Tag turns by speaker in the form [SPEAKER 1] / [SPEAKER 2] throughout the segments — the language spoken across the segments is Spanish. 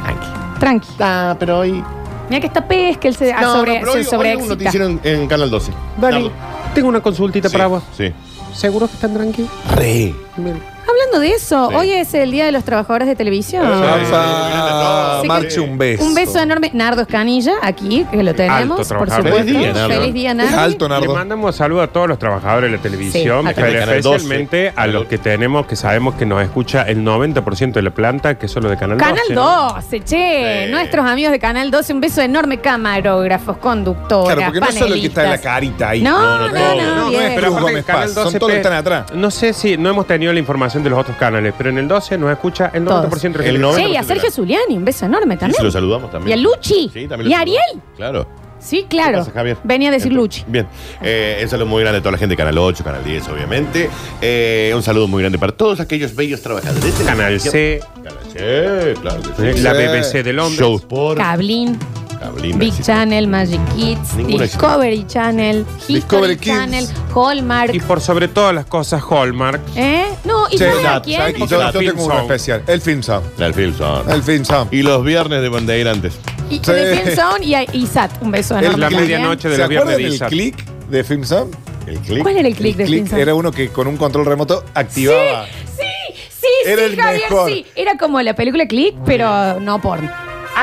[SPEAKER 1] Tranqui. Tranqui.
[SPEAKER 2] Ah, pero hoy.
[SPEAKER 1] Mira que está pesca, él se, ah, sobre,
[SPEAKER 2] pero
[SPEAKER 1] se
[SPEAKER 2] hoy, hoy hubo un
[SPEAKER 1] sobreexcita.
[SPEAKER 2] noticiero en, en Canal 12.
[SPEAKER 3] Dani,
[SPEAKER 2] Nardo.
[SPEAKER 3] tengo una consultita
[SPEAKER 2] Sí,
[SPEAKER 3] para vos.
[SPEAKER 2] Sí.
[SPEAKER 3] ¿Seguro que están tranquilos?
[SPEAKER 2] Re.
[SPEAKER 1] Hablando de eso,
[SPEAKER 2] Sí.
[SPEAKER 1] hoy es el Día de los Trabajadores de Televisión.
[SPEAKER 4] Ah,
[SPEAKER 2] Apa,
[SPEAKER 1] Sí,
[SPEAKER 4] Marche un beso.
[SPEAKER 1] Un beso enorme. Nardo Escanilla, aquí, que lo tenemos, por
[SPEAKER 3] trabajador.
[SPEAKER 1] supuesto.
[SPEAKER 2] Feliz día, Nardo.
[SPEAKER 1] Feliz día, Nardo.
[SPEAKER 4] Alto,
[SPEAKER 3] Le
[SPEAKER 4] Nardo.
[SPEAKER 3] mandamos saludos a todos los trabajadores de la televisión,
[SPEAKER 1] Sí, a todos.
[SPEAKER 3] pero
[SPEAKER 2] Canal 12.
[SPEAKER 3] especialmente a los que tenemos, que sabemos que nos escucha el 90% de la planta, que son los de Canal 12.
[SPEAKER 1] Canal 12, che,
[SPEAKER 2] Sí.
[SPEAKER 1] nuestros amigos de Canal 12, un beso enorme, camarógrafos, conductoras,
[SPEAKER 4] Claro, porque no solo el que está en
[SPEAKER 1] panelistas.
[SPEAKER 4] la carita ahí.
[SPEAKER 1] No, no, no,
[SPEAKER 2] no,
[SPEAKER 1] no,
[SPEAKER 2] no,
[SPEAKER 4] no
[SPEAKER 1] bien.
[SPEAKER 4] es
[SPEAKER 3] Pero
[SPEAKER 4] Cruz
[SPEAKER 3] aparte
[SPEAKER 4] Gómez
[SPEAKER 3] el canal
[SPEAKER 4] Paz, son
[SPEAKER 3] 12
[SPEAKER 4] todos los
[SPEAKER 3] pe-
[SPEAKER 4] que están atrás.
[SPEAKER 3] No sé si no hemos tenido la información de los otros canales, pero en el 12 nos escucha el 90%
[SPEAKER 1] Todos.
[SPEAKER 3] de la gente.
[SPEAKER 2] El 90%.
[SPEAKER 1] Che, y a Sergio Zuliani, un beso enorme
[SPEAKER 2] Y se
[SPEAKER 1] también.
[SPEAKER 2] lo saludamos también.
[SPEAKER 1] ¿Y a Luchi?
[SPEAKER 2] Sí, también lo
[SPEAKER 1] ¿Y a
[SPEAKER 2] saludamos.
[SPEAKER 1] Ariel?
[SPEAKER 2] Claro.
[SPEAKER 1] Sí,
[SPEAKER 2] ¿Qué
[SPEAKER 1] claro.
[SPEAKER 2] pasa, Javier?
[SPEAKER 1] Venía a decir
[SPEAKER 2] Entra-
[SPEAKER 1] Luchi.
[SPEAKER 2] Bien. Eh, un saludo muy grande a toda la gente de Canal 8, Canal 10, obviamente. Eh, un saludo muy grande para todos aquellos bellos trabajadores. de la
[SPEAKER 3] Canal C.
[SPEAKER 2] televisión. Canal C, claro que sí.
[SPEAKER 3] La
[SPEAKER 4] Sí.
[SPEAKER 3] BBC de Londres.
[SPEAKER 2] Showsport.
[SPEAKER 1] Cablín,
[SPEAKER 2] Cablina,
[SPEAKER 1] Big
[SPEAKER 2] sí.
[SPEAKER 1] Channel, Magic Kids,
[SPEAKER 2] Ninguna
[SPEAKER 1] Discovery Channel, History
[SPEAKER 4] Discovery Kids.
[SPEAKER 1] Channel, Hallmark.
[SPEAKER 3] Y por sobre todas las cosas, Hallmark.
[SPEAKER 1] ¿Eh? No, ¿y
[SPEAKER 4] Che,
[SPEAKER 1] sabes a
[SPEAKER 4] Nat,
[SPEAKER 1] quién?
[SPEAKER 4] ¿sabes que
[SPEAKER 3] Porque
[SPEAKER 4] yo,
[SPEAKER 3] la
[SPEAKER 4] yo
[SPEAKER 3] Film
[SPEAKER 4] tengo uno
[SPEAKER 3] Sound.
[SPEAKER 4] especial. El Film Sound.
[SPEAKER 2] Del Filson.
[SPEAKER 4] El Film Sound.
[SPEAKER 2] Y los viernes de Bandeirantes.
[SPEAKER 1] Y,
[SPEAKER 4] Sí.
[SPEAKER 1] de Film Sound y, a- y Sat, un beso enorme.
[SPEAKER 3] la
[SPEAKER 4] click.
[SPEAKER 1] también.
[SPEAKER 3] medianoche de
[SPEAKER 4] ¿Se
[SPEAKER 3] los viernes
[SPEAKER 4] acuerdan
[SPEAKER 3] de
[SPEAKER 4] del
[SPEAKER 3] Isaac.
[SPEAKER 4] click de Film Sound?
[SPEAKER 2] El clip.
[SPEAKER 1] ¿Cuál era el click de Film
[SPEAKER 4] click
[SPEAKER 1] Sound?
[SPEAKER 4] era uno que con un control remoto activaba.
[SPEAKER 1] Sí, sí,
[SPEAKER 4] Era
[SPEAKER 1] sí,
[SPEAKER 4] el
[SPEAKER 1] Javier,
[SPEAKER 4] mejor.
[SPEAKER 1] sí. Era como la película Click, pero no porno.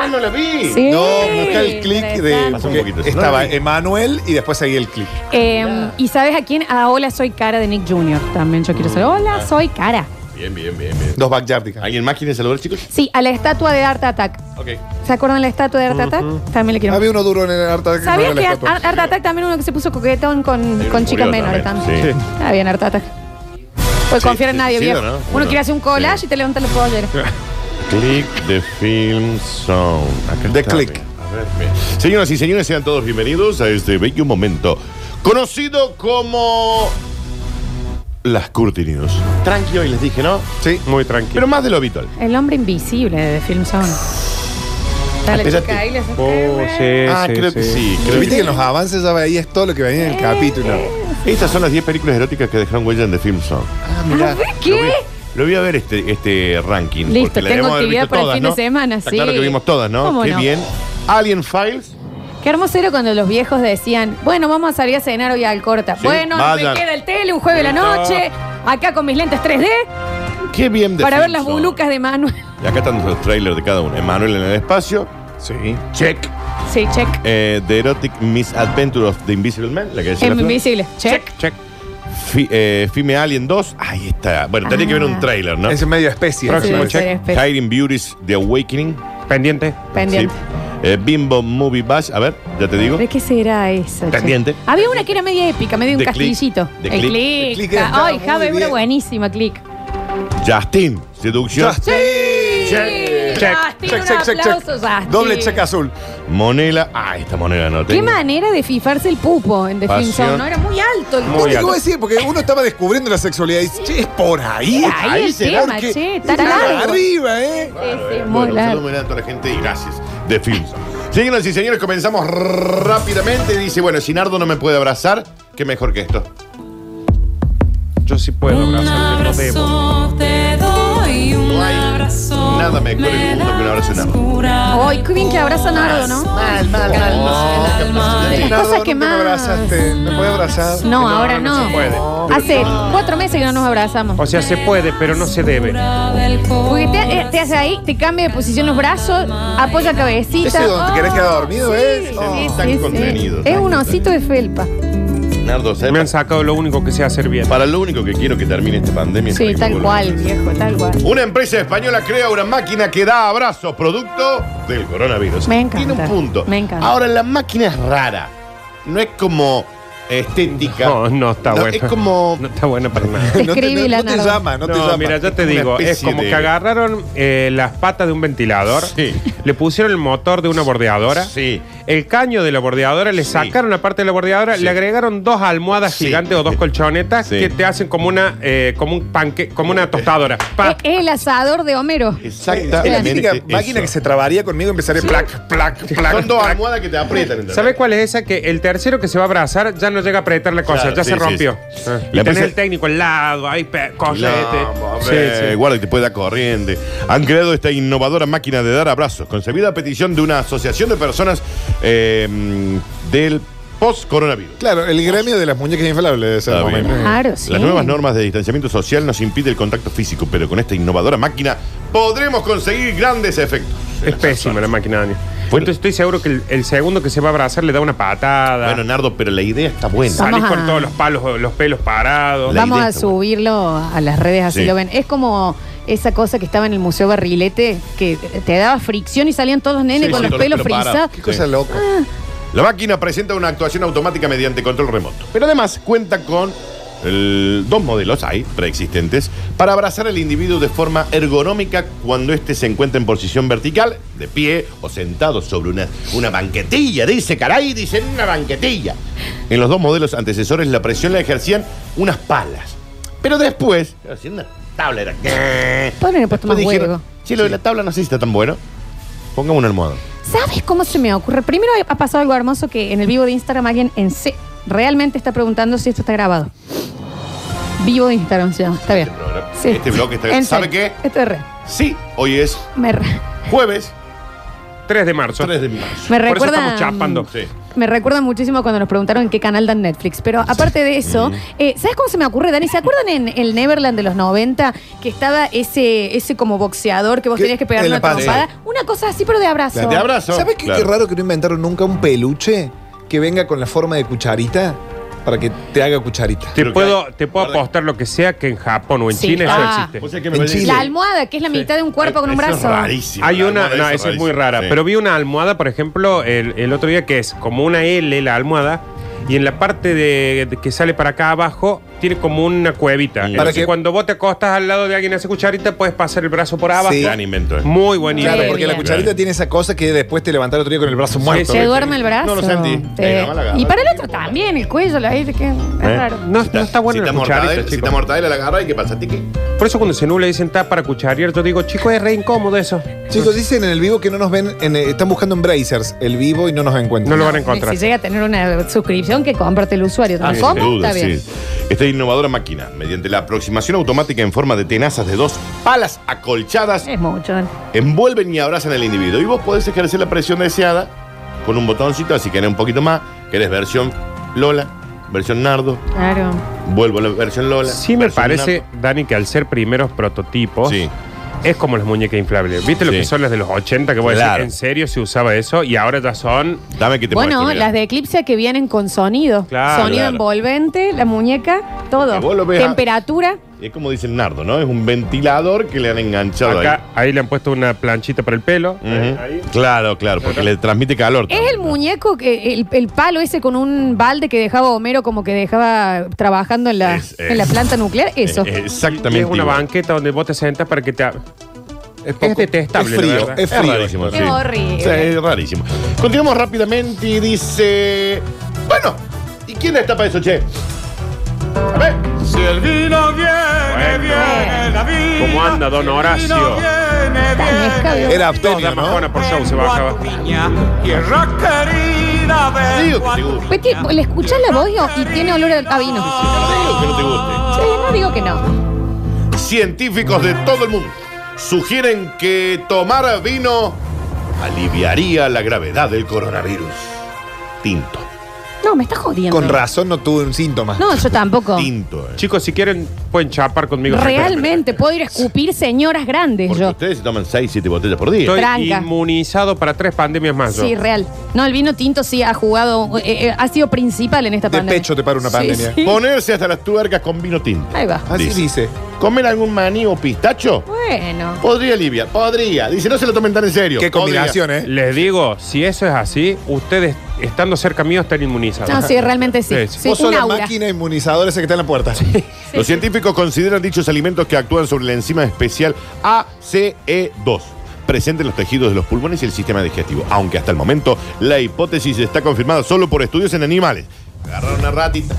[SPEAKER 2] Ah, no lo vi.
[SPEAKER 1] Sí.
[SPEAKER 4] No, busca el click de.
[SPEAKER 2] Pasó un
[SPEAKER 4] porque
[SPEAKER 2] poquito eso, ¿no?
[SPEAKER 4] Estaba Emanuel y después seguía el click.
[SPEAKER 1] Eh, y sabes a quién? A Hola Soy Cara de Nick Jr. También yo quiero saber.
[SPEAKER 2] Mm.
[SPEAKER 1] Hola Soy Cara.
[SPEAKER 2] Bien, bien, bien, bien.
[SPEAKER 4] Dos backyardigans.
[SPEAKER 2] ¿Alguien más quiere saludar, chicos?
[SPEAKER 1] Sí, a la estatua de Art Attack.
[SPEAKER 2] Ok.
[SPEAKER 1] ¿Se acuerdan la estatua de Art Attack? También le quiero.
[SPEAKER 4] Había uno duro en el Art Attack.
[SPEAKER 1] ¿Sabías que
[SPEAKER 4] no era la
[SPEAKER 1] Art,
[SPEAKER 4] estatua.
[SPEAKER 1] Art Attack también uno que se puso coquetón con,
[SPEAKER 2] uno
[SPEAKER 1] con chicas
[SPEAKER 2] murió
[SPEAKER 1] menores
[SPEAKER 2] también,
[SPEAKER 1] también?
[SPEAKER 2] sí.
[SPEAKER 1] Está bien, Art Attack. Puede
[SPEAKER 2] Sí,
[SPEAKER 1] confiar en
[SPEAKER 2] sí,
[SPEAKER 1] nadie,
[SPEAKER 2] sí,
[SPEAKER 1] viejo.
[SPEAKER 2] ¿o no?
[SPEAKER 1] Uno
[SPEAKER 2] Uno.
[SPEAKER 1] quiere hacer un collage
[SPEAKER 2] Sí.
[SPEAKER 1] y te levanta los polleres.
[SPEAKER 2] Click de Film Sound. Acá
[SPEAKER 4] The
[SPEAKER 2] está,
[SPEAKER 4] Click.
[SPEAKER 2] bien. A ver, bien. Señoras y señores, sean todos bienvenidos a este bello momento. Conocido como. Las Curtinidos. Tranquilo, y les dije, ¿no?
[SPEAKER 4] Sí.
[SPEAKER 3] Muy tranquilo.
[SPEAKER 2] Pero más de lo habitual.
[SPEAKER 1] El hombre invisible de Film Sound. Está la
[SPEAKER 2] Espérate.
[SPEAKER 1] chica ahí, le hace-
[SPEAKER 3] Oh, sí,
[SPEAKER 2] ah,
[SPEAKER 3] sí,
[SPEAKER 2] creo que sí. Creo
[SPEAKER 4] Viste
[SPEAKER 2] que...
[SPEAKER 4] que en los avances ya veías todo lo que venía en el capítulo.
[SPEAKER 2] Estas son las 10 películas eróticas que dejaron huella en The Film Sound.
[SPEAKER 4] Ah,
[SPEAKER 1] ¿A ver qué?
[SPEAKER 2] Lo voy a ver este, este ranking.
[SPEAKER 1] Listo,
[SPEAKER 2] porque la
[SPEAKER 1] tengo
[SPEAKER 2] debemos haber
[SPEAKER 1] actividad
[SPEAKER 2] visto
[SPEAKER 1] para el
[SPEAKER 2] todas,
[SPEAKER 1] fin de
[SPEAKER 2] ¿no?
[SPEAKER 1] semana,
[SPEAKER 2] Está
[SPEAKER 1] sí.
[SPEAKER 2] Claro que vimos todas, ¿no?
[SPEAKER 1] ¿Cómo
[SPEAKER 2] Qué
[SPEAKER 1] no?
[SPEAKER 2] bien. Alien Files.
[SPEAKER 1] Qué hermoso era cuando los viejos decían, bueno, vamos a salir a cenar hoy al corta.
[SPEAKER 2] Sí,
[SPEAKER 1] bueno,
[SPEAKER 2] vayan.
[SPEAKER 1] me queda el tele un jueves de la noche, acá con mis lentes 3D,
[SPEAKER 2] Qué bien de
[SPEAKER 1] para ver
[SPEAKER 2] Film
[SPEAKER 1] las
[SPEAKER 2] Sound.
[SPEAKER 1] bulucas de Manuel.
[SPEAKER 2] Y acá están los trailers de cada uno. Emanuel en el espacio. Sí. Check.
[SPEAKER 1] Sí, check.
[SPEAKER 2] Eh, the Erotic Misadventure of the Invisible Man. La que decía la
[SPEAKER 1] En
[SPEAKER 2] Flor.
[SPEAKER 1] invisible, check.
[SPEAKER 3] Check.
[SPEAKER 2] Fi- eh, Fime Alien 2. Ahí está. Bueno, tenía que ver
[SPEAKER 1] Ah.
[SPEAKER 2] un trailer, ¿no?
[SPEAKER 4] Es medio especie.
[SPEAKER 3] Próximo
[SPEAKER 1] Sí,
[SPEAKER 3] check.
[SPEAKER 1] ser espe-
[SPEAKER 2] Hiding Beauties The Awakening.
[SPEAKER 3] Pendiente.
[SPEAKER 1] Pendiente.
[SPEAKER 2] Sí. Eh, Bimbo Movie Bash. A ver, ya te digo.
[SPEAKER 1] ¿De qué será eso? che?
[SPEAKER 2] Pendiente.
[SPEAKER 1] Había una que era media épica, medio un
[SPEAKER 2] The Click.
[SPEAKER 1] castillito.
[SPEAKER 2] The
[SPEAKER 1] el
[SPEAKER 2] Click.
[SPEAKER 1] click.
[SPEAKER 4] The Click era-
[SPEAKER 1] Ay,
[SPEAKER 4] estaba muy
[SPEAKER 1] Javi, una
[SPEAKER 4] bien.
[SPEAKER 1] buenísima click.
[SPEAKER 2] Justin. Seduction.
[SPEAKER 4] Justin.
[SPEAKER 2] Check.
[SPEAKER 1] Check.
[SPEAKER 3] Check.
[SPEAKER 1] Check, check, check,
[SPEAKER 4] Doble check azul.
[SPEAKER 2] Monela. Ah, esta moneda no
[SPEAKER 1] Qué
[SPEAKER 2] tengo.
[SPEAKER 1] manera de fifarse el pupo en The Film
[SPEAKER 2] Pasión.
[SPEAKER 1] Zone, ¿no? Era muy alto el
[SPEAKER 3] Muy
[SPEAKER 1] pupo.
[SPEAKER 4] ¿Qué
[SPEAKER 3] alto.
[SPEAKER 4] voy a decir? Porque uno estaba descubriendo la sexualidad y dice, che, es por ahí.
[SPEAKER 1] Ahí, el
[SPEAKER 4] será,
[SPEAKER 1] tema,
[SPEAKER 4] porque
[SPEAKER 1] che, está
[SPEAKER 4] está
[SPEAKER 1] largo.
[SPEAKER 4] arriba, ¿eh?
[SPEAKER 1] Sí, sí,
[SPEAKER 2] Bueno,
[SPEAKER 1] muy
[SPEAKER 2] un
[SPEAKER 1] largo.
[SPEAKER 2] saludo muy grande a toda la gente y gracias de Filmson. Señoras y señores, comenzamos r- rápidamente. Dice, bueno, si Nardo no me puede abrazar, qué mejor que esto.
[SPEAKER 3] Yo sí puedo
[SPEAKER 5] Un
[SPEAKER 3] abrazarte, no debo.
[SPEAKER 5] abrazo te doy, un
[SPEAKER 2] No hay
[SPEAKER 5] abrazo
[SPEAKER 2] nada mejor en el mundo que un abrazo en ambos.
[SPEAKER 1] Ay, qué bien que abraza Nardo, ¿no?
[SPEAKER 2] Mal, mal, mal.
[SPEAKER 1] De las
[SPEAKER 4] Nardo,
[SPEAKER 1] cosas que
[SPEAKER 4] nunca
[SPEAKER 1] más.
[SPEAKER 4] Me abrazaste. ¿Me puedes abrazar?
[SPEAKER 1] No, ahora
[SPEAKER 3] no
[SPEAKER 1] no.
[SPEAKER 3] se puede.
[SPEAKER 1] Hace cuatro meses que no nos abrazamos.
[SPEAKER 3] O sea, se puede, pero no se debe.
[SPEAKER 1] Porque te, eh, te hace ahí, te cambia de posición los brazos, apoya cabecita.
[SPEAKER 4] ¿Ese es donde te querés quedar dormido, es?
[SPEAKER 1] Sí,
[SPEAKER 4] Oh.
[SPEAKER 1] sí,
[SPEAKER 2] Tan
[SPEAKER 1] sí, sí.
[SPEAKER 2] contenido,
[SPEAKER 1] Es
[SPEAKER 2] tan
[SPEAKER 1] un osito de felpa.
[SPEAKER 2] Nardo, ¿sabes?
[SPEAKER 3] Me han sacado lo único que sé hacer bien.
[SPEAKER 2] Para lo único que quiero que termine esta pandemia. es
[SPEAKER 1] Sí,
[SPEAKER 2] para que
[SPEAKER 1] tal
[SPEAKER 2] vuelva.
[SPEAKER 1] cual, viejo, tal cual.
[SPEAKER 2] Una empresa española crea una máquina que da abrazos producto del coronavirus.
[SPEAKER 1] Me encanta.
[SPEAKER 2] Tiene un punto.
[SPEAKER 1] Me encanta.
[SPEAKER 2] Ahora, la máquina es rara. No es como estética.
[SPEAKER 3] No, no está
[SPEAKER 2] No,
[SPEAKER 3] bueno.
[SPEAKER 2] Es como.
[SPEAKER 3] No está bueno para nada.
[SPEAKER 4] No te, no,
[SPEAKER 1] Escribila,
[SPEAKER 4] no te
[SPEAKER 1] Nardo.
[SPEAKER 4] llama, no,
[SPEAKER 3] No,
[SPEAKER 4] te llama.
[SPEAKER 3] mira, ya te
[SPEAKER 2] Una
[SPEAKER 3] digo, es
[SPEAKER 2] especie
[SPEAKER 3] como
[SPEAKER 2] de-
[SPEAKER 3] que agarraron eh, las patas de un ventilador,
[SPEAKER 2] Sí.
[SPEAKER 3] le pusieron el motor de una bordeadora,
[SPEAKER 2] Sí.
[SPEAKER 3] el caño de la bordeadora, le
[SPEAKER 2] Sí.
[SPEAKER 3] sacaron la parte de la bordeadora,
[SPEAKER 2] Sí.
[SPEAKER 3] le agregaron dos almohadas
[SPEAKER 2] Sí.
[SPEAKER 3] gigantes o dos colchonetas
[SPEAKER 2] Sí.
[SPEAKER 3] que te hacen como una eh, como un panque, como una tostadora. Pa.
[SPEAKER 1] Es es el asador de Homero.
[SPEAKER 4] Es la
[SPEAKER 2] Exactamente.
[SPEAKER 4] típica máquina
[SPEAKER 2] eso.
[SPEAKER 4] que se trabaría conmigo y empezaría plac, plac, plac.
[SPEAKER 2] Son dos
[SPEAKER 4] plac.
[SPEAKER 2] almohadas que te aprietan. ¿entendés?
[SPEAKER 3] ¿Sabes cuál es esa? Que el tercero que se va a abrazar ya no llega a apretar la cosa,
[SPEAKER 2] Claro,
[SPEAKER 3] ya
[SPEAKER 2] sí,
[SPEAKER 3] se
[SPEAKER 2] sí,
[SPEAKER 3] rompió.
[SPEAKER 2] sí.
[SPEAKER 3] Ah.
[SPEAKER 2] La
[SPEAKER 3] Y tenés
[SPEAKER 2] empresa-
[SPEAKER 3] el técnico al lado, ahí, pe- cosa,
[SPEAKER 2] No,
[SPEAKER 3] este.
[SPEAKER 2] hombre,
[SPEAKER 3] Sí, sí.
[SPEAKER 2] Guarda que te puede dar corriente. Han creado esta innovadora máquina de dar abrazos, concebida a petición de una asociación de personas eh, del post-coronavirus.
[SPEAKER 4] Claro, el gremio de las muñecas inflables de ese
[SPEAKER 2] Está bien.
[SPEAKER 4] momento.
[SPEAKER 1] Claro, sí.
[SPEAKER 2] Las nuevas normas de distanciamiento social nos impide el contacto físico, pero con esta innovadora máquina podremos conseguir grandes efectos.
[SPEAKER 3] Es pésima la máquina, Dani.
[SPEAKER 2] Fue-
[SPEAKER 3] Entonces estoy seguro que el, el segundo que se va a abrazar le da una patada.
[SPEAKER 2] Bueno, Nardo, pero la idea está buena.
[SPEAKER 1] Vamos
[SPEAKER 3] Salís con
[SPEAKER 1] a-
[SPEAKER 3] todos los palos, los pelos parados.
[SPEAKER 2] La
[SPEAKER 1] Vamos
[SPEAKER 2] idea
[SPEAKER 1] a
[SPEAKER 2] está buena.
[SPEAKER 1] subirlo a las redes, así
[SPEAKER 2] Sí.
[SPEAKER 1] lo ven. Es como esa cosa que estaba en el Museo Barrilete, que te daba fricción y salían todos los nenes
[SPEAKER 2] Sí,
[SPEAKER 1] con
[SPEAKER 2] sí,
[SPEAKER 1] los pelos
[SPEAKER 2] parados.
[SPEAKER 1] frisados.
[SPEAKER 4] Qué cosa
[SPEAKER 2] Sí.
[SPEAKER 4] loca.
[SPEAKER 2] La máquina presenta una actuación automática mediante control remoto, pero además cuenta con el- dos modelos hay preexistentes para abrazar al individuo de forma ergonómica cuando éste se encuentra en posición vertical, de pie o sentado sobre una, una banquetilla. Dice, caray, dicen una banquetilla. En los dos modelos antecesores la presión la ejercían unas palas, pero después, hacían una tabla era...
[SPEAKER 1] Podrían haber puesto
[SPEAKER 2] Después
[SPEAKER 1] más
[SPEAKER 2] dijeron,
[SPEAKER 1] huevo.
[SPEAKER 2] "Che, lo de la tabla no sé si está tan bueno. Pongamos un almohadón.
[SPEAKER 1] ¿Sabes cómo se me ocurre? Primero ha pasado algo hermoso que en el vivo de Instagram alguien en C realmente está preguntando si esto está grabado. Vivo de Instagram, se llama. Está bien.
[SPEAKER 2] Este programa- este blog está-
[SPEAKER 1] En
[SPEAKER 2] ¿sabe
[SPEAKER 1] serio.
[SPEAKER 2] qué?
[SPEAKER 1] Esto es re.
[SPEAKER 2] Sí, hoy es
[SPEAKER 1] Me, re-
[SPEAKER 2] Jueves
[SPEAKER 3] 3 de marzo.
[SPEAKER 2] 3 de marzo.
[SPEAKER 1] me
[SPEAKER 3] Por eso
[SPEAKER 1] recuerda.
[SPEAKER 3] estamos chapando.
[SPEAKER 2] Sí.
[SPEAKER 1] Me recuerda muchísimo cuando nos preguntaron en qué canal dan Netflix. Pero aparte de eso, eh, ¿sabes cómo se me ocurre, Dani? ¿Se acuerdan en el Neverland de los 90 que estaba ese, ese como boxeador que vos
[SPEAKER 4] Que-
[SPEAKER 1] tenías que pegar
[SPEAKER 4] en la
[SPEAKER 1] una
[SPEAKER 4] panza.
[SPEAKER 1] trompada? Una cosa así, pero de abrazo.
[SPEAKER 2] Te abrazo.
[SPEAKER 4] ¿Sabes qué,
[SPEAKER 2] Claro.
[SPEAKER 4] qué raro que no inventaron nunca un peluche que venga con la forma de cucharita para que te haga cucharita?
[SPEAKER 3] Te
[SPEAKER 2] Creo que
[SPEAKER 3] puedo,
[SPEAKER 2] hay-
[SPEAKER 3] te puedo
[SPEAKER 2] Guarda-
[SPEAKER 3] apostar lo que sea que en Japón o en
[SPEAKER 1] Sí, ah.
[SPEAKER 3] China
[SPEAKER 1] está.
[SPEAKER 3] eso
[SPEAKER 2] O
[SPEAKER 3] existe.
[SPEAKER 2] sea que me
[SPEAKER 4] En
[SPEAKER 2] parece-
[SPEAKER 4] Chile.
[SPEAKER 1] La almohada, que es la mitad de un cuerpo con un
[SPEAKER 2] Eso
[SPEAKER 1] brazo.
[SPEAKER 2] es rarísimo.
[SPEAKER 3] Hay
[SPEAKER 2] La
[SPEAKER 3] una,
[SPEAKER 2] almohada
[SPEAKER 3] no,
[SPEAKER 2] esa
[SPEAKER 3] esa es muy
[SPEAKER 2] rarísima.
[SPEAKER 3] rara,
[SPEAKER 2] Sí.
[SPEAKER 3] pero vi una almohada, por ejemplo, el, el otro día que es como una L la almohada y en la parte de, de que sale para acá abajo tiene como una cuevita.
[SPEAKER 2] Para
[SPEAKER 3] Entonces,
[SPEAKER 4] que-
[SPEAKER 3] cuando vos te acostas al lado de alguien hace cucharita puedes pasar el brazo por abajo.
[SPEAKER 4] Sí.
[SPEAKER 2] Gran invento. eh.
[SPEAKER 3] Muy buen
[SPEAKER 4] Claro,
[SPEAKER 3] idea.
[SPEAKER 4] porque la
[SPEAKER 1] bien.
[SPEAKER 4] cucharita tiene esa cosa que después te levanta el otro día con el brazo muerto.
[SPEAKER 3] sí,
[SPEAKER 1] Se duerme el brazo.
[SPEAKER 2] No lo sentí.
[SPEAKER 1] Te-
[SPEAKER 2] Eh, no me la agarra.
[SPEAKER 1] y para el otro también, el cuello, la gente que es
[SPEAKER 2] Eh,
[SPEAKER 1] raro.
[SPEAKER 3] No, no está bueno
[SPEAKER 2] si
[SPEAKER 3] la
[SPEAKER 2] está
[SPEAKER 3] cucharita,
[SPEAKER 2] mortadela, si
[SPEAKER 3] chicos.
[SPEAKER 2] está mortadela la agarra y qué pasa, Tiki.
[SPEAKER 3] Por eso cuando se nubla y dicen está para cucharear, yo digo, chico, es re incómodo eso.
[SPEAKER 4] Chicos, dicen en el vivo que no nos ven, en, eh, están buscando en Brazers el vivo y no nos
[SPEAKER 3] No
[SPEAKER 4] encuentran.
[SPEAKER 3] lo van a
[SPEAKER 1] Y
[SPEAKER 3] encontrar.
[SPEAKER 1] Si llega a tener una suscripción, que comparte el usuario.
[SPEAKER 2] Ah,
[SPEAKER 1] ¿No?
[SPEAKER 2] sin
[SPEAKER 1] ¿Cómo?
[SPEAKER 2] duda,
[SPEAKER 1] Está bien.
[SPEAKER 2] sí. Esta innovadora máquina, mediante la aproximación automática en forma de tenazas de dos palas acolchadas,
[SPEAKER 1] Es mucho.
[SPEAKER 2] envuelven y abrazan al individuo. Y vos podés ejercer la presión deseada con un botoncito, así que eres un poquito más, que eres versión Lola, versión Nardo,
[SPEAKER 1] Claro.
[SPEAKER 2] vuelvo a la versión Lola.
[SPEAKER 3] Sí me
[SPEAKER 2] versión
[SPEAKER 3] parece, Dani, que al ser primeros prototipos,
[SPEAKER 2] Sí.
[SPEAKER 3] es como las muñecas inflables. ¿Viste lo
[SPEAKER 2] Sí.
[SPEAKER 3] que son las de los 80? Que voy a decir,
[SPEAKER 2] Claro.
[SPEAKER 3] en serio se usaba eso y ahora ya son...
[SPEAKER 2] Nardo. Dame que te
[SPEAKER 1] Bueno,
[SPEAKER 2] muestre, mira.
[SPEAKER 1] las de Eclipse que vienen con sonido.
[SPEAKER 3] Claro,
[SPEAKER 1] sonido
[SPEAKER 2] claro.
[SPEAKER 1] envolvente, la muñeca, todo.
[SPEAKER 2] Que vos lo veas.
[SPEAKER 1] Temperatura.
[SPEAKER 2] Es como dice el Nardo, ¿no? Es un ventilador que le han enganchado
[SPEAKER 3] Acá,
[SPEAKER 2] ahí.
[SPEAKER 3] ahí le han puesto una planchita para el pelo.
[SPEAKER 2] Ujú. Claro, claro, porque le transmite calor.
[SPEAKER 1] Es el muñeco, que, el, el palo ese con un balde que dejaba Homero como que dejaba trabajando en la,
[SPEAKER 2] Es- es-
[SPEAKER 1] en la planta nuclear. Eso.
[SPEAKER 2] Eh,
[SPEAKER 3] Y
[SPEAKER 2] Exactamente.
[SPEAKER 3] es una
[SPEAKER 2] igual.
[SPEAKER 3] banqueta donde vos te sentas para que te... ab-
[SPEAKER 4] poco-
[SPEAKER 3] Es detestable,
[SPEAKER 4] Es frío,
[SPEAKER 3] la verdad.
[SPEAKER 4] es
[SPEAKER 2] Es
[SPEAKER 4] frío.
[SPEAKER 2] rarísimo,
[SPEAKER 1] Es
[SPEAKER 2] sí.
[SPEAKER 1] horrible.
[SPEAKER 2] Sí, es rarísimo. Continuamos rápidamente y dice. Bueno, ¿y quién está para eso, che? A ver.
[SPEAKER 5] Si el vino viene,
[SPEAKER 3] Bueno.
[SPEAKER 5] viene la vida.
[SPEAKER 3] ¿Cómo anda, don Horacio?
[SPEAKER 5] Si el vino viene,
[SPEAKER 1] mezcla de-
[SPEAKER 5] viene.
[SPEAKER 4] Era
[SPEAKER 3] Dos
[SPEAKER 4] abstemio,
[SPEAKER 3] damas
[SPEAKER 4] ¿no?
[SPEAKER 3] buenas por show se bajaba.
[SPEAKER 5] Vengo a tu viña, tierra querida,
[SPEAKER 2] Digo
[SPEAKER 5] vengo
[SPEAKER 2] que
[SPEAKER 5] a
[SPEAKER 2] te
[SPEAKER 5] tu
[SPEAKER 2] gusta.
[SPEAKER 1] Pues que- le escuchás la voz y- y tiene olor a a vino.
[SPEAKER 2] Digo que no te guste.
[SPEAKER 1] Sí, no digo que no.
[SPEAKER 2] Científicos de todo el mundo sugieren que tomar vino aliviaría la gravedad del coronavirus. Tinto.
[SPEAKER 1] No, me estás jodiendo.
[SPEAKER 4] Con razón no tuve un síntoma.
[SPEAKER 1] No, yo tampoco.
[SPEAKER 2] Tinto. eh.
[SPEAKER 3] Chicos, si quieren, pueden chapar conmigo.
[SPEAKER 1] Realmente puedo ir a escupir señoras grandes
[SPEAKER 2] Porque
[SPEAKER 1] yo.
[SPEAKER 2] ustedes se toman 6, 7 botellas por día.
[SPEAKER 3] Estoy
[SPEAKER 1] Tranca.
[SPEAKER 3] inmunizado para tres pandemias más. yo.
[SPEAKER 1] Sí, real. No, el vino tinto sí ha jugado, eh, eh, ha sido principal en esta
[SPEAKER 4] De
[SPEAKER 1] pandemia.
[SPEAKER 4] pecho te para una
[SPEAKER 1] Sí,
[SPEAKER 4] pandemia.
[SPEAKER 1] sí.
[SPEAKER 2] Ponerse hasta las tuercas con vino tinto.
[SPEAKER 1] Ahí va.
[SPEAKER 4] Así
[SPEAKER 2] Dice.
[SPEAKER 4] dice.
[SPEAKER 2] ¿Comer algún maní o pistacho?
[SPEAKER 1] Bueno.
[SPEAKER 2] Podría aliviar, podría. Dice, no se lo tomen tan en serio.
[SPEAKER 4] Qué
[SPEAKER 2] Podría.
[SPEAKER 4] combinación, ¿eh?
[SPEAKER 3] Les digo, si eso es así, ustedes estando cerca mío están inmunizados.
[SPEAKER 1] No, sí, realmente sí.
[SPEAKER 3] Sí, sí.
[SPEAKER 1] Sí,
[SPEAKER 4] Vos sos
[SPEAKER 1] un
[SPEAKER 4] la
[SPEAKER 1] aura.
[SPEAKER 4] máquina inmunizadora esa que está en la puerta.
[SPEAKER 2] Los científicos consideran dichos alimentos que actúan sobre la enzima especial ACE2, presente en los tejidos de los pulmones y el sistema digestivo. Aunque hasta el momento la hipótesis está confirmada solo por estudios en animales. Agarraron una ratita,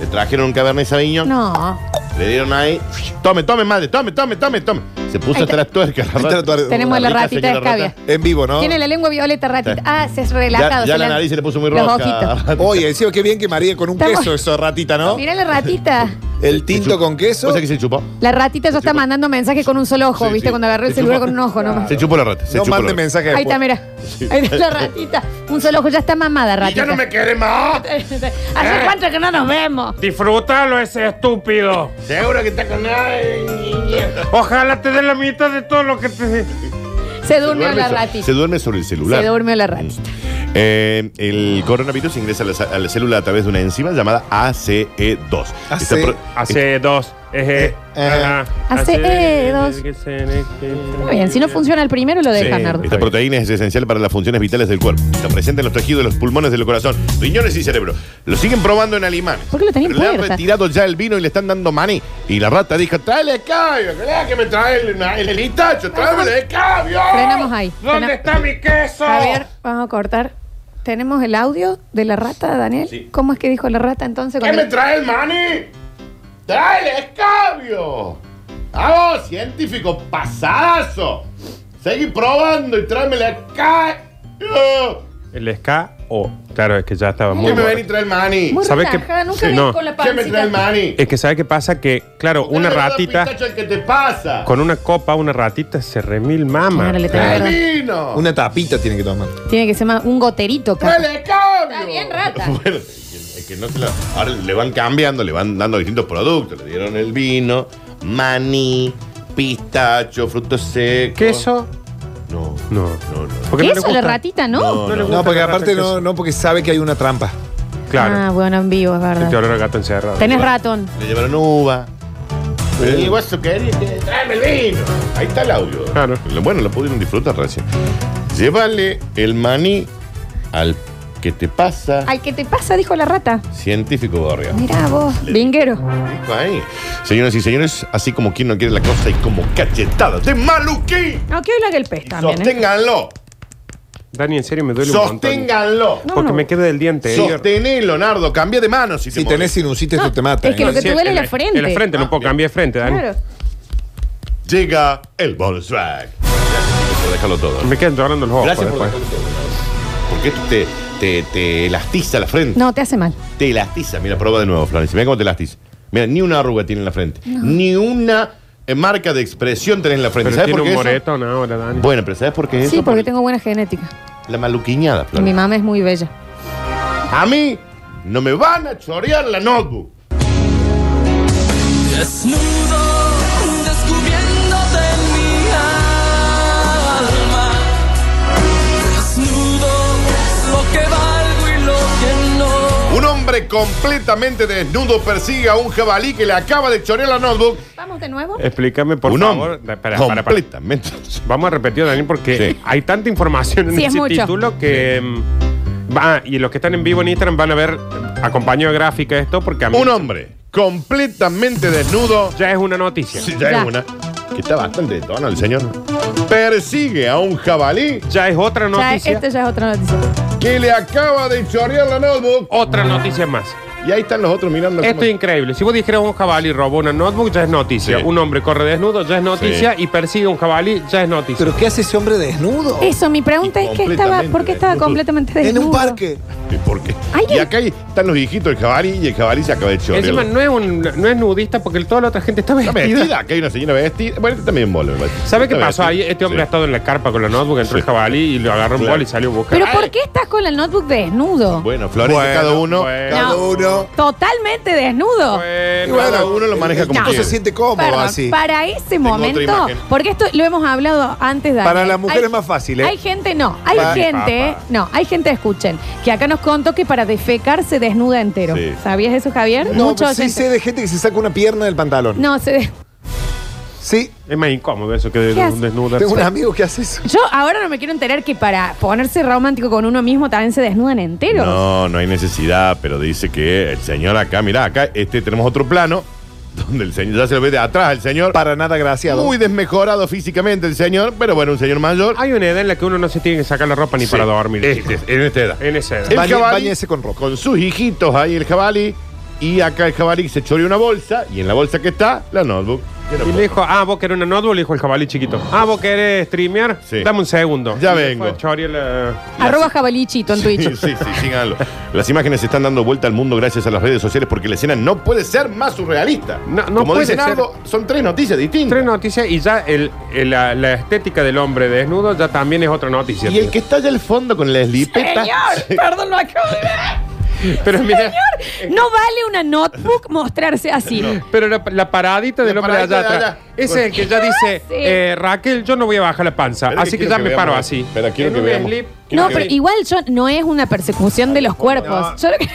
[SPEAKER 2] le trajeron un cabernet sauvignon,
[SPEAKER 1] No.
[SPEAKER 2] le dieron ahí, tome, tome, madre, tome, tome, tome, tome. Se puso
[SPEAKER 1] Ahí
[SPEAKER 2] hasta
[SPEAKER 1] está.
[SPEAKER 2] las tuercas. la
[SPEAKER 4] Ahí está
[SPEAKER 2] rata.
[SPEAKER 4] la tuerca.
[SPEAKER 1] Tenemos la
[SPEAKER 2] rica
[SPEAKER 1] ratita de
[SPEAKER 2] señora
[SPEAKER 1] escabia.
[SPEAKER 2] rata.
[SPEAKER 4] En vivo, ¿no?
[SPEAKER 1] Tiene la lengua violeta ratita.
[SPEAKER 2] Sí.
[SPEAKER 1] Ah, se es
[SPEAKER 2] Ya,
[SPEAKER 1] relajado.
[SPEAKER 2] ya
[SPEAKER 1] se
[SPEAKER 2] la nariz se le puso muy roja.
[SPEAKER 1] Los ojitos.
[SPEAKER 4] Oye, encima qué bien que María con un
[SPEAKER 1] Estamos-
[SPEAKER 4] queso eso, ratita, ¿no?
[SPEAKER 1] Mirá la ratita.
[SPEAKER 4] El tinto con queso.
[SPEAKER 2] ¿Vos sabés que se chupó?
[SPEAKER 1] La ratita ya está mandando mensajes con un solo ojo,
[SPEAKER 2] Sí,
[SPEAKER 1] ¿viste?
[SPEAKER 2] sí.
[SPEAKER 1] Cuando agarró el
[SPEAKER 2] Se
[SPEAKER 1] celular
[SPEAKER 2] chupa.
[SPEAKER 1] con un ojo, ¿no?
[SPEAKER 2] Se chupó la rata. Se
[SPEAKER 4] No
[SPEAKER 2] chupó la
[SPEAKER 4] mande
[SPEAKER 2] rata.
[SPEAKER 4] mensaje
[SPEAKER 1] Ahí está,
[SPEAKER 4] después.
[SPEAKER 1] mira. Ahí está la ratita. Un solo ojo, ya está mamada,
[SPEAKER 2] Y ya
[SPEAKER 1] ratita.
[SPEAKER 2] no me Ah. querés más.
[SPEAKER 1] Hace cuánto que no nos vemos.
[SPEAKER 3] Disfrútalo, ese estúpido.
[SPEAKER 2] Seguro que está con
[SPEAKER 3] Ojalá te den la mitad de todo lo que te.
[SPEAKER 1] Se durmió la
[SPEAKER 2] so-
[SPEAKER 1] ratita.
[SPEAKER 2] se duerme sobre el celular. Mm.
[SPEAKER 1] Se durmió la ratita.
[SPEAKER 2] Eh, el coronavirus ingresa a la, a la célula a través de una enzima llamada ACE2.
[SPEAKER 4] AC.
[SPEAKER 2] Está pro-
[SPEAKER 3] Hace dos.
[SPEAKER 4] Eh,
[SPEAKER 3] Eje. Ajá.
[SPEAKER 1] hace, eh, dos. Muy bien, si no funciona el primero, lo
[SPEAKER 2] Sí.
[SPEAKER 1] dejan, Nardo.
[SPEAKER 2] Esta proteína es esencial para las funciones vitales del cuerpo. Está presente en los tejidos de los pulmones del corazón, riñones y cerebro. Lo siguen probando en alemanes.
[SPEAKER 1] ¿Por qué lo tenían
[SPEAKER 2] Pero Le han
[SPEAKER 1] puerta?
[SPEAKER 2] retirado ya el vino y le están dando maní. Y la rata dijo, tráele escabio, que que me trae el, el helitacho, tráeme el escabio.
[SPEAKER 1] Frenamos ahí.
[SPEAKER 3] ¿Dónde
[SPEAKER 1] Frena-
[SPEAKER 3] está mi queso?
[SPEAKER 1] Javier, vamos a cortar. ¿Tenemos el audio de la rata, Daniel?
[SPEAKER 2] Sí.
[SPEAKER 1] ¿Cómo es que dijo la rata entonces?
[SPEAKER 2] ¿Qué
[SPEAKER 1] cuando-
[SPEAKER 2] me trae el maní? ¡Trae el escabio! ¡Vamos, científico, pasadazo! Seguí probando y tráeme el escabio.
[SPEAKER 3] El ska o. Claro, es que ya estaba muy.
[SPEAKER 2] ¿Qué me
[SPEAKER 3] bueno.
[SPEAKER 2] ven y trae el maní?
[SPEAKER 1] Muy
[SPEAKER 3] ¿Sabés
[SPEAKER 1] relajada,
[SPEAKER 3] qué?
[SPEAKER 1] nunca
[SPEAKER 3] Sí,
[SPEAKER 1] vi
[SPEAKER 3] no.
[SPEAKER 1] con la
[SPEAKER 2] ¿Qué me trae el
[SPEAKER 1] pancita.
[SPEAKER 2] maní?
[SPEAKER 3] Es que sabe qué pasa que, claro, una
[SPEAKER 2] Dale,
[SPEAKER 3] ratita,
[SPEAKER 2] Pikachu, el que te pasa?
[SPEAKER 3] con una copa, una ratita se remil mama.
[SPEAKER 1] Claro, le
[SPEAKER 2] ¡Trae
[SPEAKER 1] Perdón.
[SPEAKER 2] el vino!
[SPEAKER 4] Una tapita tiene que tomar.
[SPEAKER 1] Tiene que ser más un goterito,
[SPEAKER 2] ¡Trae el
[SPEAKER 1] capaz.
[SPEAKER 2] escabio!
[SPEAKER 1] Está bien, rata.
[SPEAKER 2] Bueno, es que no se la- Ahora le van cambiando, le van dando distintos productos. Le dieron el vino, maní, pistacho, frutos secos.
[SPEAKER 3] ¿Queso?
[SPEAKER 2] No,
[SPEAKER 3] No.
[SPEAKER 2] no, no.
[SPEAKER 3] Porque
[SPEAKER 1] ¿Qué
[SPEAKER 3] no le
[SPEAKER 1] eso, la
[SPEAKER 3] gusta.
[SPEAKER 1] ratita, no?
[SPEAKER 3] No le gusta
[SPEAKER 4] No, porque
[SPEAKER 3] la rata
[SPEAKER 4] aparte
[SPEAKER 3] el queso.
[SPEAKER 4] no, no, porque sabe que hay una trampa.
[SPEAKER 3] Claro.
[SPEAKER 1] Ah, bueno, en vivo, es
[SPEAKER 3] Este
[SPEAKER 1] verdad.
[SPEAKER 3] olor a gato encerrado.
[SPEAKER 1] Tenés ratón.
[SPEAKER 2] Le llevaron uva. Eh. Y vos querés, tráeme el vino. Ahí está el audio.
[SPEAKER 3] Claro.
[SPEAKER 2] Lo- Bueno, lo pudieron disfrutar recién. Llévale el maní al que te pasa,
[SPEAKER 1] Al que te pasa, dijo la rata.
[SPEAKER 2] científico Borgia.
[SPEAKER 1] Mirá vos, vinguero.
[SPEAKER 2] Dijo ahí. Señoras y señores, así como quien no quiere la cosa y como cachetadas de maluquín.
[SPEAKER 1] No, que hoy la del pez también, ¿eh?
[SPEAKER 2] Sosténganlo.
[SPEAKER 3] Dani, en serio me duele un montón.
[SPEAKER 2] Sosténganlo.
[SPEAKER 1] No,
[SPEAKER 3] Porque
[SPEAKER 1] no.
[SPEAKER 3] me queda del diente. anterior.
[SPEAKER 2] Sostenelo, Nardo. Cambia de mano si,
[SPEAKER 4] Si
[SPEAKER 2] te
[SPEAKER 4] tenés sinusitis,
[SPEAKER 1] No,
[SPEAKER 4] esto te mata.
[SPEAKER 1] es que
[SPEAKER 4] ¿eh?
[SPEAKER 1] lo que- te
[SPEAKER 3] Sí,
[SPEAKER 1] duele
[SPEAKER 3] en
[SPEAKER 1] la frente.
[SPEAKER 3] En la frente,
[SPEAKER 4] Ah.
[SPEAKER 3] no puedo cambiar de frente, Dani.
[SPEAKER 1] Claro.
[SPEAKER 2] mono. Llega el bonus track. Gracias por dejarlo todo.
[SPEAKER 3] Me quedan llorando los ojos
[SPEAKER 2] Gracias por
[SPEAKER 3] después.
[SPEAKER 2] dejarlo todo. Porque esto te, te, te elastiza la frente.
[SPEAKER 1] No, te hace mal.
[SPEAKER 2] Te elastiza. Mira, prueba de nuevo, Florencia. Mira cómo te elastiza. Mira, ni una arruga tiene en la frente. Ni una eh, marca de expresión tenés en la frente.
[SPEAKER 3] Pero
[SPEAKER 2] ¿Sabes
[SPEAKER 3] tiene
[SPEAKER 2] por
[SPEAKER 3] un
[SPEAKER 2] qué eso?
[SPEAKER 3] moretón ahora, Dani.
[SPEAKER 2] Bueno, pero ¿sabes por qué eso?
[SPEAKER 1] Sí, porque tengo buena genética.
[SPEAKER 2] La maluquiñada,
[SPEAKER 1] Y mi
[SPEAKER 2] Florencia.
[SPEAKER 1] mamá es muy bella.
[SPEAKER 2] A mí no me van a chorear la notebook.
[SPEAKER 6] Desnudo, descubriéndote en mi alma. Desnudo, lo que valgo y lo que no.
[SPEAKER 2] Un hombre completamente desnudo persigue a un jabalí que le acaba de chorear la notebook.
[SPEAKER 1] Vamos de nuevo.
[SPEAKER 3] Explícame, por
[SPEAKER 2] un
[SPEAKER 3] favor.
[SPEAKER 2] hombre
[SPEAKER 3] Espera, para, para.
[SPEAKER 2] completamente.
[SPEAKER 3] Vamos a repetir, Dani, porque
[SPEAKER 2] Sí.
[SPEAKER 3] hay tanta información en
[SPEAKER 1] Sí, es
[SPEAKER 3] ese
[SPEAKER 1] mucho.
[SPEAKER 3] título que. mm, va- y los que están en vivo en Instagram van a ver eh, acompañado de gráfica esto, porque a mí.
[SPEAKER 2] Un hombre completamente desnudo.
[SPEAKER 3] Ya es una noticia.
[SPEAKER 2] Sí, ya,
[SPEAKER 1] Ya.
[SPEAKER 2] es una. Que está bastante detonado el señor. Persigue a un jabalí
[SPEAKER 3] Ya es otra
[SPEAKER 1] Ya,
[SPEAKER 3] noticia.
[SPEAKER 1] esta ya es otra noticia.
[SPEAKER 2] que le acaba de chorear la notebook.
[SPEAKER 3] Otra noticia más.
[SPEAKER 2] Y ahí están los otros mirando.
[SPEAKER 3] Esto
[SPEAKER 2] como-
[SPEAKER 3] es increíble. Si vos dijeras un jabalí robó una notebook, ya es noticia.
[SPEAKER 2] Sí.
[SPEAKER 3] Un hombre corre desnudo, ya es noticia. Y persigue un jabalí, ya es noticia.
[SPEAKER 4] ¿Pero qué hace ese hombre desnudo?
[SPEAKER 3] Oh.
[SPEAKER 1] Eso, mi pregunta
[SPEAKER 2] Y
[SPEAKER 1] es que estaba, ¿por qué estaba
[SPEAKER 2] completamente
[SPEAKER 1] completamente desnudo?
[SPEAKER 4] En un parque.
[SPEAKER 2] ¿Y por qué?
[SPEAKER 1] Ay,
[SPEAKER 2] Y
[SPEAKER 1] el-
[SPEAKER 2] acá ahí están los hijitos del jabalí y el jabalí se acaba de chorrear.
[SPEAKER 3] Encima no es, un, no es nudista porque toda la otra gente está
[SPEAKER 2] Está
[SPEAKER 3] vestida.
[SPEAKER 2] vestida, acá hay una señora vestida. Bueno, este también bola, ¿vale?
[SPEAKER 3] ¿Sabe qué
[SPEAKER 2] Está
[SPEAKER 3] pasó ahí?
[SPEAKER 2] vestida.
[SPEAKER 3] Este hombre
[SPEAKER 2] Sí.
[SPEAKER 3] ha estado en la carpa con la notebook, entró
[SPEAKER 2] Sí.
[SPEAKER 3] el jabalí y lo agarró un
[SPEAKER 2] Claro.
[SPEAKER 3] bol y salió a buscar.
[SPEAKER 1] ¿Pero
[SPEAKER 3] Ay,
[SPEAKER 1] por qué estás con el notebook desnudo?
[SPEAKER 2] Bueno, Florencia,
[SPEAKER 4] Bueno,
[SPEAKER 2] cada uno.
[SPEAKER 3] bueno.
[SPEAKER 4] Cada
[SPEAKER 1] No.
[SPEAKER 4] uno.
[SPEAKER 1] Totalmente desnudo.
[SPEAKER 3] bueno.
[SPEAKER 2] Cada uno lo maneja como
[SPEAKER 4] no.
[SPEAKER 2] quiere.
[SPEAKER 4] se siente cómodo
[SPEAKER 1] Perdón,
[SPEAKER 4] así.
[SPEAKER 1] para ese
[SPEAKER 2] Tengo
[SPEAKER 1] momento,
[SPEAKER 2] otra imagen.
[SPEAKER 1] porque esto lo hemos hablado antes de
[SPEAKER 4] Para la mujer es más fácil, ¿eh?
[SPEAKER 1] Hay gente, no, hay
[SPEAKER 4] Para-
[SPEAKER 1] gente,
[SPEAKER 3] Papá.
[SPEAKER 1] no, hay gente, escuchen, que acá nos contó que para defecar se desnuda entero.
[SPEAKER 2] Sí.
[SPEAKER 1] ¿Sabías eso, Javier?
[SPEAKER 4] No,
[SPEAKER 1] Mucho
[SPEAKER 4] pero sí
[SPEAKER 1] oyente.
[SPEAKER 4] sé de gente que se saca una pierna del pantalón.
[SPEAKER 1] No, se de-
[SPEAKER 4] Sí,
[SPEAKER 3] Es más incómodo eso que de-
[SPEAKER 1] ¿Qué hace?
[SPEAKER 3] desnuda.
[SPEAKER 4] tengo un amigo que hace eso.
[SPEAKER 1] Yo ahora no me quiero enterar que para ponerse romántico con uno mismo también se desnudan enteros.
[SPEAKER 2] No, no hay necesidad, pero dice que el señor acá, mirá, acá este tenemos otro plano donde el señor ya se lo ve de atrás el señor.
[SPEAKER 4] Para nada graciado.
[SPEAKER 2] Muy desmejorado físicamente el señor, pero bueno, un señor mayor.
[SPEAKER 3] Hay una edad en la que uno no se tiene que sacar la ropa ni
[SPEAKER 2] Sí,
[SPEAKER 3] para dormir.
[SPEAKER 2] Este,
[SPEAKER 3] chicos.
[SPEAKER 2] en esta edad.
[SPEAKER 3] En esa edad.
[SPEAKER 2] El
[SPEAKER 4] Bañe-
[SPEAKER 2] jabalí
[SPEAKER 4] bañese con ropa.
[SPEAKER 2] Con sus hijitos ahí el jabalí. Y acá el jabalí se choreó una bolsa. Y en la bolsa que está, la notebook.
[SPEAKER 3] Y le dijo, ah, vos querés una notebook, le dijo el jabalí chiquito. Ah, vos querés streamear,
[SPEAKER 2] Sí.
[SPEAKER 3] dame un segundo.
[SPEAKER 2] Ya
[SPEAKER 3] Y se
[SPEAKER 2] vengo.
[SPEAKER 3] fue a chorear la-
[SPEAKER 1] Arroba jabalichito en Twitch.
[SPEAKER 2] Sí, sí, sí, síganlo. Las imágenes se están dando vuelta al mundo gracias a las redes sociales porque la escena no puede ser más surrealista.
[SPEAKER 3] No, no
[SPEAKER 2] Como
[SPEAKER 3] puede
[SPEAKER 2] dice
[SPEAKER 3] ser.
[SPEAKER 2] Nardo, son tres noticias distintas.
[SPEAKER 3] Tres noticias y ya el, el- la, la estética del hombre desnudo ya también es otra noticia.
[SPEAKER 2] y el que está allá al fondo con la eslipeta.
[SPEAKER 1] Señor, perdón, lo acabo de ver.
[SPEAKER 3] Pero mira,
[SPEAKER 1] No vale una notebook mostrarse así.
[SPEAKER 3] pero la, la paradita del
[SPEAKER 2] La
[SPEAKER 3] hombre de allá
[SPEAKER 2] paradita de
[SPEAKER 3] atrás.
[SPEAKER 2] allá.
[SPEAKER 3] Ese es el que ya dice,
[SPEAKER 1] Ah, Sí.
[SPEAKER 3] eh, Raquel, yo no voy a bajar la panza,
[SPEAKER 2] Espera que
[SPEAKER 3] así que,
[SPEAKER 2] quiero
[SPEAKER 3] ya
[SPEAKER 2] que
[SPEAKER 3] me
[SPEAKER 2] veamos.
[SPEAKER 3] paro así.
[SPEAKER 2] Espera, quiero
[SPEAKER 3] En
[SPEAKER 2] que
[SPEAKER 3] un
[SPEAKER 2] veamos.
[SPEAKER 3] slip.
[SPEAKER 2] Quiero
[SPEAKER 1] No,
[SPEAKER 2] que
[SPEAKER 1] pero
[SPEAKER 2] veamos.
[SPEAKER 1] igual yo no es una persecución de los cuerpos. Yo lo que,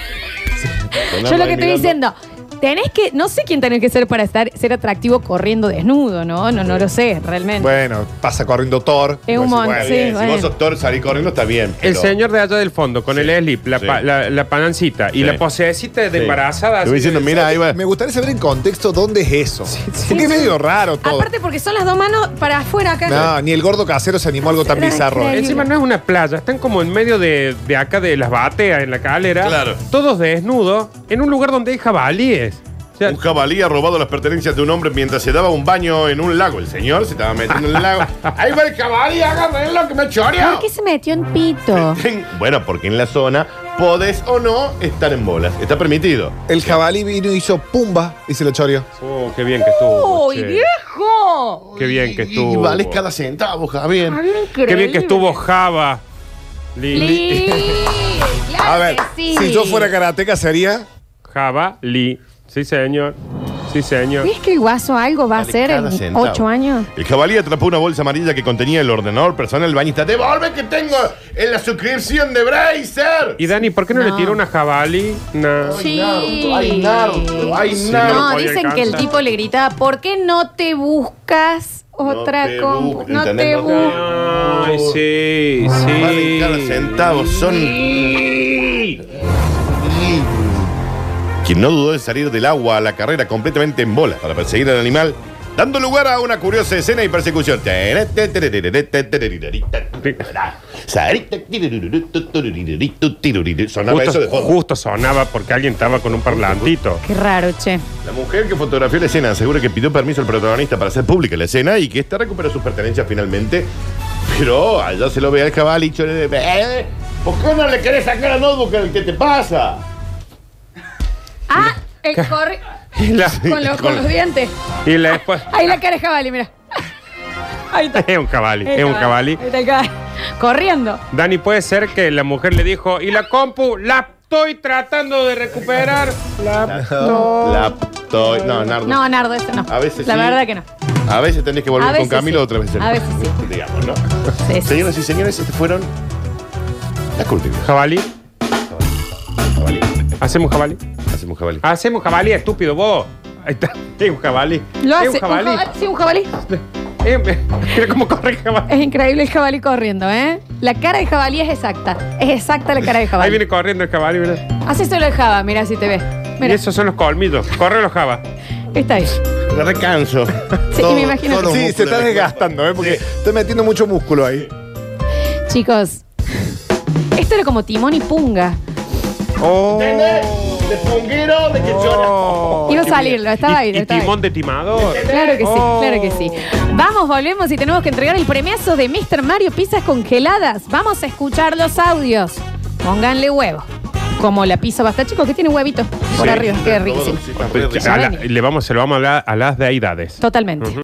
[SPEAKER 1] yo lo que estoy diciendo, tenés que, no sé quién tenés que ser para estar, ser atractivo corriendo desnudo, ¿no? No, no lo sé, realmente.
[SPEAKER 4] Bueno, pasa corriendo Thor. Pues
[SPEAKER 1] Es un
[SPEAKER 4] Bueno,
[SPEAKER 1] montón.
[SPEAKER 2] Bueno,
[SPEAKER 1] Sí,
[SPEAKER 2] bien, Si
[SPEAKER 1] bueno.
[SPEAKER 2] vos sos Thor, salí corriendo, está bien.
[SPEAKER 3] El
[SPEAKER 2] pero-
[SPEAKER 3] señor de allá del fondo, con el slip, la,
[SPEAKER 2] Sí.
[SPEAKER 3] pa- la, la panancita y
[SPEAKER 2] Sí.
[SPEAKER 3] la poseecita de
[SPEAKER 2] Sí.
[SPEAKER 3] embarazada.
[SPEAKER 2] Te voy
[SPEAKER 3] así
[SPEAKER 2] diciendo,
[SPEAKER 3] de-
[SPEAKER 2] mira, ahí va.
[SPEAKER 4] Me gustaría saber en contexto dónde es eso. Porque es medio raro todo.
[SPEAKER 1] Aparte porque son las dos manos para afuera acá.
[SPEAKER 4] no, ni el gordo casero se animó a algo tan
[SPEAKER 1] Era
[SPEAKER 4] bizarro. ¿eh?
[SPEAKER 1] increíble.
[SPEAKER 3] Encima no es una playa, están como en medio de, de acá de las bateas, en la calera.
[SPEAKER 2] Claro.
[SPEAKER 3] Todos desnudos, en un lugar donde hay jabalíes. O sea,
[SPEAKER 2] Un jabalí ha robado las pertenencias de un hombre mientras se daba un baño en un lago. El señor se estaba metiendo en el lago. ¡Ahí va el jabalí! ¡Agárrenlo que me chorea!
[SPEAKER 1] ¿Por qué se metió en pito?
[SPEAKER 2] Bueno, porque en la zona podés o no estar en bolas. Está permitido.
[SPEAKER 4] El jabalí vino y hizo pumba y se lo choreó.
[SPEAKER 3] oh, qué bien que estuvo.
[SPEAKER 1] ¡Uy,
[SPEAKER 3] che.
[SPEAKER 1] viejo!
[SPEAKER 3] Qué bien que
[SPEAKER 2] Y-
[SPEAKER 3] estuvo.
[SPEAKER 2] Y vales cada centavo, Javier.
[SPEAKER 3] Qué bien que estuvo Java. Li- li-
[SPEAKER 4] A ver, si yo fuera karateca sería.
[SPEAKER 3] Java, Li. Sí, señor. Sí, señor.
[SPEAKER 1] ¿Ves que el guaso algo va a
[SPEAKER 2] Vale
[SPEAKER 1] hacer
[SPEAKER 2] cada
[SPEAKER 1] en
[SPEAKER 2] centavo.
[SPEAKER 1] ocho años?
[SPEAKER 2] El jabalí atrapó una bolsa amarilla que contenía el ordenador personal del bañista. ¡Devolve que tengo en la suscripción de Bracer!
[SPEAKER 3] Y Dani, ¿por qué no,
[SPEAKER 1] No.
[SPEAKER 3] le tiró una jabalí? No.
[SPEAKER 1] Sí.
[SPEAKER 2] Ay, Nardo, ay,
[SPEAKER 3] Sí,
[SPEAKER 2] Nardo.
[SPEAKER 3] no
[SPEAKER 1] No,
[SPEAKER 3] lo podía
[SPEAKER 1] dicen que el
[SPEAKER 3] alcanzar.
[SPEAKER 1] tipo le gritaba, ¿por qué no te buscas otra
[SPEAKER 2] te
[SPEAKER 1] compu?
[SPEAKER 2] bu-
[SPEAKER 1] No
[SPEAKER 2] ¿entendés?
[SPEAKER 1] te
[SPEAKER 2] No te-
[SPEAKER 1] buscas.
[SPEAKER 3] Ay, sí,
[SPEAKER 2] Valen cada
[SPEAKER 3] sí.
[SPEAKER 2] centavo, son... Quien no dudó de salir del agua a la carrera completamente en bola para perseguir al animal, dando lugar a una curiosa escena y persecución. Sonaba eso de
[SPEAKER 3] Justo,
[SPEAKER 2] fondo.
[SPEAKER 3] justo sonaba porque alguien estaba con un parlantito.
[SPEAKER 1] Qué raro, che.
[SPEAKER 2] La mujer que fotografió la escena asegura que pidió permiso al protagonista para hacer pública la escena y que esta recuperó sus pertenencias finalmente. Pero allá se lo ve al cabal y chole de. "Eh, ¿Por qué no le querés sacar a notebook al que te pasa?
[SPEAKER 1] Ah, el corre
[SPEAKER 3] Y la,
[SPEAKER 1] con, los- con los dientes.
[SPEAKER 3] y la esp-
[SPEAKER 1] Ahí la cara de jabalí, mira. Ahí está.
[SPEAKER 3] Es un jabalí, es un jabalí.
[SPEAKER 1] Ahí está el jabalí. Corriendo.
[SPEAKER 3] Dani, puede ser que la mujer le dijo, y la compu, la estoy tratando de recuperar. La- no.
[SPEAKER 2] Laptop. No, Nardo.
[SPEAKER 1] No, Nardo, eso no.
[SPEAKER 2] A veces
[SPEAKER 1] La
[SPEAKER 2] sí.
[SPEAKER 1] verdad que no.
[SPEAKER 2] A veces tenés que volver
[SPEAKER 1] A
[SPEAKER 2] con
[SPEAKER 1] veces
[SPEAKER 2] Camilo,
[SPEAKER 1] sí.
[SPEAKER 2] otra vez.
[SPEAKER 1] A veces sí.
[SPEAKER 2] Digamos, ¿no?
[SPEAKER 1] Sí, sí,
[SPEAKER 2] Señoras y señores, estas fueron las cortinas.
[SPEAKER 3] Jabalí,
[SPEAKER 2] Jabalí.
[SPEAKER 3] hacemos jabalí.
[SPEAKER 2] Hacemos jabalí.
[SPEAKER 3] Hacemos jabalí, estúpido, vos. Ahí está, es un jabalí.
[SPEAKER 1] Lo hace.
[SPEAKER 3] Es un jabalí.
[SPEAKER 1] un jabal- sí, un jabalí.
[SPEAKER 3] Eh, me- Mira cómo corre el jabalí.
[SPEAKER 1] Es increíble el jabalí corriendo, ¿eh? La cara de jabalí es exacta. Es exacta la cara de
[SPEAKER 3] Ahí
[SPEAKER 1] jabalí.
[SPEAKER 3] viene corriendo el jabalí, mira.
[SPEAKER 1] Haz eso lo jaba, mira si te ves.
[SPEAKER 3] Y
[SPEAKER 1] Mira,
[SPEAKER 3] esos son los colmillos. Corre los jabas.
[SPEAKER 1] está ahí.
[SPEAKER 2] Me recanso.
[SPEAKER 1] Sí, me imagino que-
[SPEAKER 4] Sí, se está desgastando, ¿eh? Porque está metiendo mucho músculo ahí.
[SPEAKER 1] Chicos, esto era como Timón y Punga.
[SPEAKER 3] Oh.
[SPEAKER 2] De punguero, de que
[SPEAKER 3] Oh.
[SPEAKER 1] Iba a salir, lo estaba ahí,
[SPEAKER 3] Y,
[SPEAKER 1] lo
[SPEAKER 3] y
[SPEAKER 1] estaba ahí.
[SPEAKER 3] timón de timador.
[SPEAKER 1] Claro que sí,
[SPEAKER 3] Oh.
[SPEAKER 1] claro que sí. Vamos, volvemos y tenemos que entregar el premiazo de Mr. Mario Pizzas Congeladas. Vamos a escuchar los audios. Pónganle huevo. Como la pizza basta, chicos, que tiene huevitos por
[SPEAKER 3] Sí.
[SPEAKER 1] arriba. Qué
[SPEAKER 2] Todo,
[SPEAKER 1] riquísimo.
[SPEAKER 2] sí, está re
[SPEAKER 3] Pues,
[SPEAKER 2] rico.
[SPEAKER 3] a la- le vamos, se lo vamos a hablar a las deidades.
[SPEAKER 1] Totalmente.